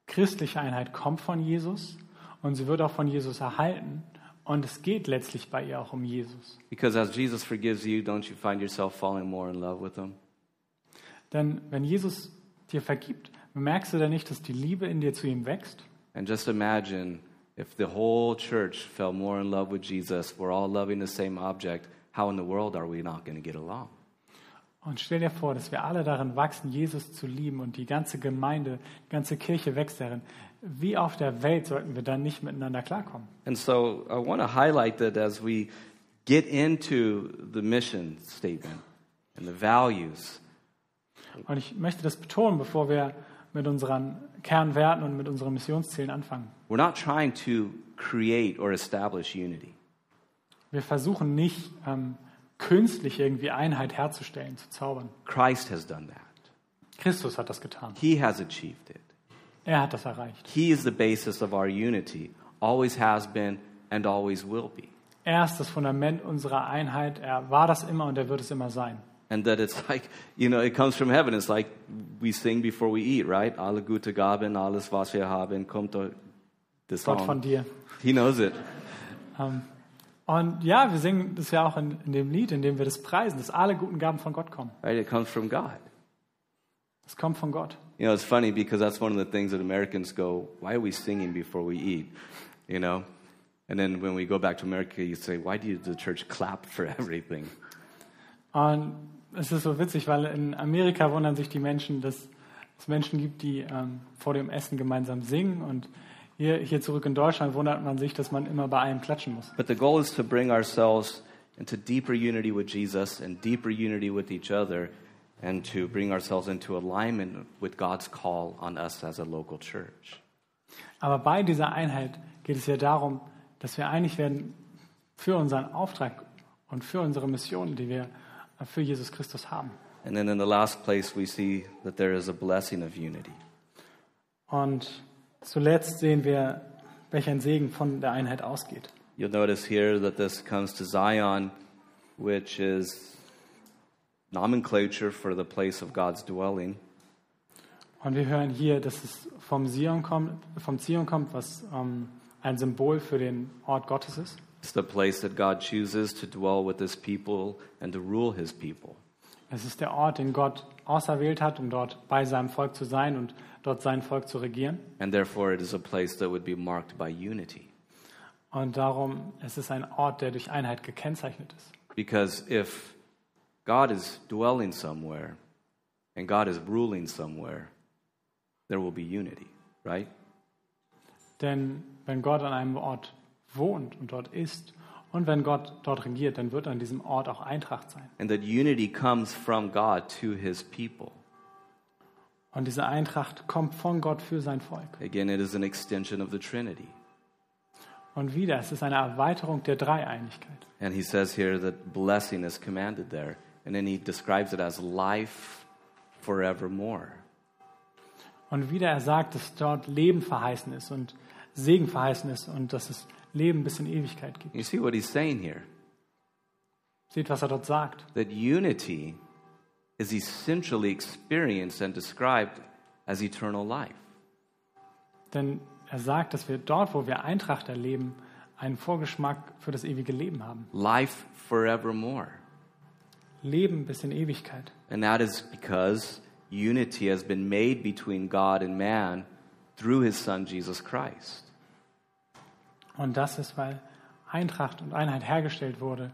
[SPEAKER 2] christliche Einheit kommt von Jesus und sie wird auch von Jesus erhalten. Und es geht letztlich bei ihr auch um Jesus.
[SPEAKER 1] Because as Jesus forgives you, don't you find yourself falling more in love with him?
[SPEAKER 2] Denn wenn Jesus dir vergibt, merkst du dann nicht, dass die Liebe in dir zu ihm wächst?
[SPEAKER 1] And just imagine if the whole church fell more in love with Jesus, we're all loving the same object, how in the world are we not going to get along?
[SPEAKER 2] Und stell dir vor, dass wir alle darin wachsen, Jesus zu lieben und die ganze Gemeinde, die ganze Kirche wächst darin. Wie auf der Welt sollten wir dann nicht miteinander klarkommen?
[SPEAKER 1] And so I want to highlight that as we get into the mission statement and the values,
[SPEAKER 2] Und ich möchte das betonen, bevor wir mit unseren Kernwerten und mit unseren Missionszielen anfangen.
[SPEAKER 1] we're not trying to create or establish unity.
[SPEAKER 2] Wir versuchen nicht, ähm, künstlich irgendwie Einheit herzustellen, zu zaubern.
[SPEAKER 1] Christ has done that,
[SPEAKER 2] Christus hat das getan.
[SPEAKER 1] He has achieved it.
[SPEAKER 2] Er hat das erreicht.
[SPEAKER 1] He is the basis of our unity, always has been and always will be.
[SPEAKER 2] Er ist das Fundament unserer Einheit. Er war das immer und er wird es immer sein.
[SPEAKER 1] And that it's like, you know, it comes from heaven. It's like we sing before we eat, right? Alle gute Gaben, alles was wir haben, kommt durch- the
[SPEAKER 2] Gott
[SPEAKER 1] song.
[SPEAKER 2] von dir.
[SPEAKER 1] He knows it.
[SPEAKER 2] Und ja, wir singen das ja auch in, in dem Lied, in dem wir das preisen, dass alle guten Gaben von Gott kommen.
[SPEAKER 1] Right? It comes from God.
[SPEAKER 2] Es kommt von Gott.
[SPEAKER 1] You know, it's funny because that's one of the things that Americans go, why are we singing before we eat? You know? And then when we go back to America, you say, why do the church clap for everything?
[SPEAKER 2] Und es ist so witzig, weil in Amerika wundern sich die Menschen, dass es Menschen gibt, die ähm, vor dem Essen gemeinsam singen. Und hier, hier zurück in Deutschland wundert man sich, dass man immer bei allem klatschen muss.
[SPEAKER 1] But the goal is to bring ourselves into deeper unity with Jesus and deeper unity with each other and to bring ourselves into alignment with God's call on us as a local church.
[SPEAKER 2] Aber bei dieser Einheit geht es ja darum, dass wir einig werden für unseren Auftrag und für unsere Mission, die wir äh, für Jesus Christus haben.
[SPEAKER 1] And then in the last place, we see that there is a blessing of unity.
[SPEAKER 2] Und zuletzt sehen wir, welch ein Segen von der Einheit ausgeht.
[SPEAKER 1] You'll notice here that this comes to Zion, which is nomenclature for the place of God's dwelling.
[SPEAKER 2] Und wir hören hier, dass es vom Zion kommt, vom Zion kommt was ähm, ein Symbol für den Ort Gottes ist.
[SPEAKER 1] It's the place that God chooses to dwell with his people and to rule his people.
[SPEAKER 2] Es ist der Ort, den Gott auserwählt hat, um dort bei seinem Volk zu sein und dort sein Volk zu regieren.
[SPEAKER 1] And therefore, it is a place that would be marked by unity.
[SPEAKER 2] Und darum, es ist ein Ort, der durch Einheit gekennzeichnet ist.
[SPEAKER 1] Because if God is dwelling somewhere and God is ruling somewhere, there will be unity, right?
[SPEAKER 2] Denn wenn Gott an einem Ort wohnt und dort ist und wenn Gott dort regiert, dann wird an diesem Ort auch Eintracht sein.
[SPEAKER 1] And that unity comes from God to his people.
[SPEAKER 2] Und diese Eintracht kommt von Gott für sein Volk.
[SPEAKER 1] Again, it is an extension of the Trinity.
[SPEAKER 2] Und wieder, es ist eine Erweiterung der Dreieinigkeit.
[SPEAKER 1] And he says here that blessing is commanded there. And then he describes it as life forevermore.
[SPEAKER 2] Und wieder er sagt, dass dort Leben verheißen ist und Segen verheißen ist und dass es Leben bis in Ewigkeit gibt.
[SPEAKER 1] You see what he's saying here?
[SPEAKER 2] Seht, was er dort sagt.
[SPEAKER 1] That unity is essentially experienced and described as eternal life.
[SPEAKER 2] Denn er sagt, dass wir dort, wo wir Eintracht erleben, einen Vorgeschmack für das ewige Leben haben.
[SPEAKER 1] Life forevermore.
[SPEAKER 2] Leben bis in Ewigkeit.
[SPEAKER 1] And that is because unity has been made between God and man through his son Jesus Christ.
[SPEAKER 2] Und das ist, weil Eintracht und Einheit hergestellt wurde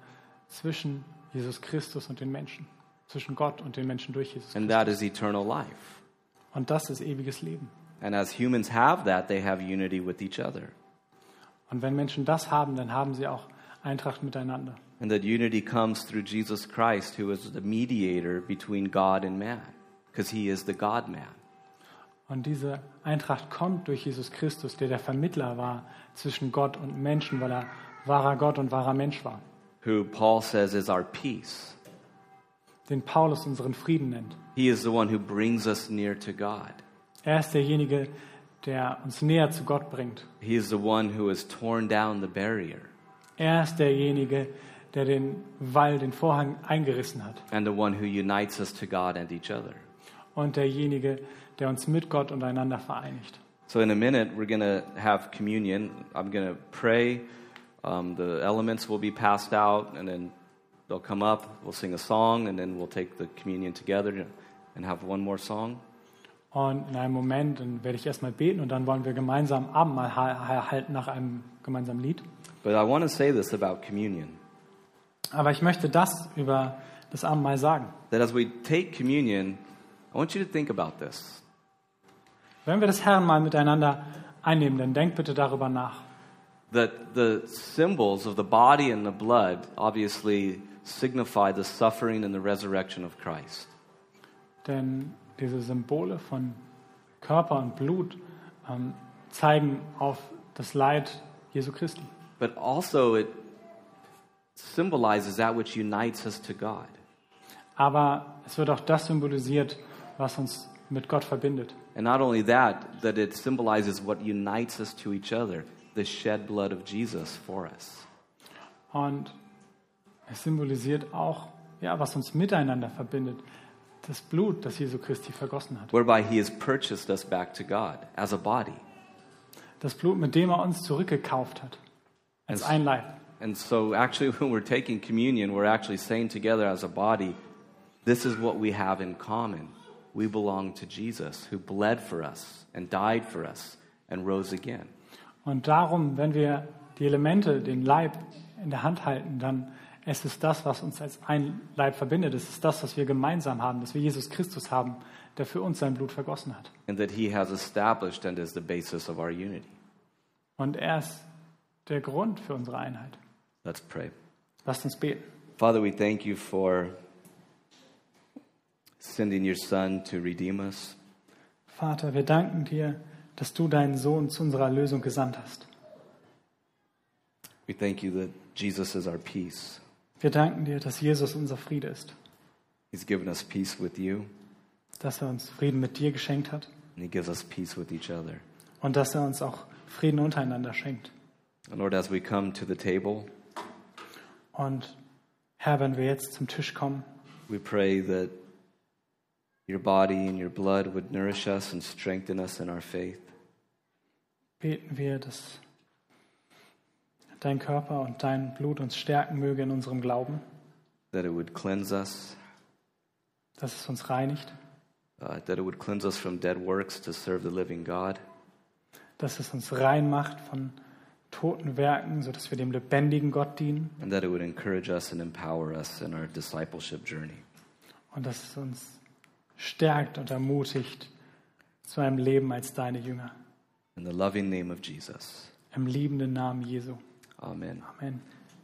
[SPEAKER 2] zwischen Jesus Christus und den Menschen, zwischen Gott und den Menschen durch Jesus.
[SPEAKER 1] And that is eternal life.
[SPEAKER 2] Und das ist ewiges Leben.
[SPEAKER 1] And as humans have that, they have unity with each other.
[SPEAKER 2] Und wenn Menschen das haben, dann haben sie auch Eintracht miteinander.
[SPEAKER 1] And that unity comes through Jesus Christ, who is the mediator between God and man, because he is the God man.
[SPEAKER 2] Und diese Eintracht kommt durch Jesus Christus, der der Vermittler war zwischen Gott und Menschen, weil er wahrer Gott und wahrer Mensch war,
[SPEAKER 1] who Paul says is our peace.
[SPEAKER 2] den Paulus unseren Frieden nennt.
[SPEAKER 1] He is the one who brings us near to God.
[SPEAKER 2] Er ist derjenige, der uns näher zu Gott bringt.
[SPEAKER 1] He is the one who has torn down the barrier
[SPEAKER 2] Er ist derjenige, der den Wall, den Vorhang eingerissen hat.
[SPEAKER 1] and the one who unites us to God and each other.
[SPEAKER 2] Und derjenige, der uns mit Gott untereinander vereinigt.
[SPEAKER 1] So, in a minute, we're going to have communion. I'm going to pray. Um, the elements will be passed out, and then they'll come up. We'll sing a song, and then we'll take the communion together and have one more song.
[SPEAKER 2] Und in einem Moment, dann werde ich erstmal beten und dann wollen wir gemeinsam Abendmahl ha- erhalten nach einem gemeinsamen Lied.
[SPEAKER 1] But I want to say this about communion
[SPEAKER 2] Aber ich möchte das über das Abendmahl sagen.
[SPEAKER 1] that as we take communion, I want you to think about this.
[SPEAKER 2] Wenn wir das Herrenmahl miteinander einnehmen, dann denkt bitte darüber nach.
[SPEAKER 1] that the symbols of the body and the blood obviously signify the suffering and the resurrection of Christ.
[SPEAKER 2] Denn diese Symbole von Körper und Blut ähm, zeigen auf das Leid Jesu Christi.
[SPEAKER 1] But also, it symbolizes that which unites us to God.
[SPEAKER 2] Aber es wird auch das symbolisiert, was uns mit Gott verbindet.
[SPEAKER 1] And not only that, that it symbolizes what unites us to each other the shed blood of Jesus for us.
[SPEAKER 2] Und es symbolisiert auch, ja, was uns miteinander verbindet. Das Blut, das Jesu Christi vergossen hat.
[SPEAKER 1] Whereby he has purchased us back to God as a body.
[SPEAKER 2] Das Blut, mit dem er uns zurückgekauft hat. Als
[SPEAKER 1] Es-
[SPEAKER 2] ein Leib.
[SPEAKER 1] And so, actually, when we're taking communion, we're actually saying together as a body, this is what we have in common. we belong to Jesus, who bled for us and died for us and rose again.
[SPEAKER 2] Und darum, wenn wir die Elemente, den Leib in der Hand halten, dann es ist das, was uns als ein Leib verbindet. Es ist das, was wir gemeinsam haben, dass wir Jesus Christus haben, der für uns sein Blut vergossen hat.
[SPEAKER 1] and that he has established and is the basis of our unity.
[SPEAKER 2] Und er ist der Grund für unsere Einheit.
[SPEAKER 1] Let's pray.
[SPEAKER 2] Lasst uns beten.
[SPEAKER 1] Father, we thank you for sending your son to redeem us.
[SPEAKER 2] Vater, wir danken dir, dass du deinen Sohn zu unserer Erlösung gesandt hast.
[SPEAKER 1] We thank you that Jesus is our peace.
[SPEAKER 2] Wir danken dir, dass Jesus unser Friede ist,
[SPEAKER 1] He's given us peace with you,
[SPEAKER 2] dass er uns Frieden mit dir geschenkt hat
[SPEAKER 1] and he gives us peace with each other.
[SPEAKER 2] und dass er uns auch Frieden untereinander schenkt.
[SPEAKER 1] And Lord, as we come to the table,
[SPEAKER 2] Und Herr, wenn wir jetzt zum Tisch kommen,
[SPEAKER 1] we pray that your body and your blood would nourish us and strengthen us in our faith.
[SPEAKER 2] beten wir, dass dein Körper und dein Blut uns stärken möge in unserem Glauben,
[SPEAKER 1] That it would cleanse us,
[SPEAKER 2] dass es uns reinigt,
[SPEAKER 1] uh, that it would cleanse us from dead works to serve the living God.
[SPEAKER 2] dass es uns rein macht von toten Werken, sodass wir dem lebendigen Gott dienen
[SPEAKER 1] and that it would encourage us and empower us in our discipleship journey.
[SPEAKER 2] und dass es uns stärkt und ermutigt zu einem Leben als deine Jünger.
[SPEAKER 1] In the loving name of Jesus,
[SPEAKER 2] Im liebenden Namen Jesu.
[SPEAKER 1] amen.
[SPEAKER 2] Amen.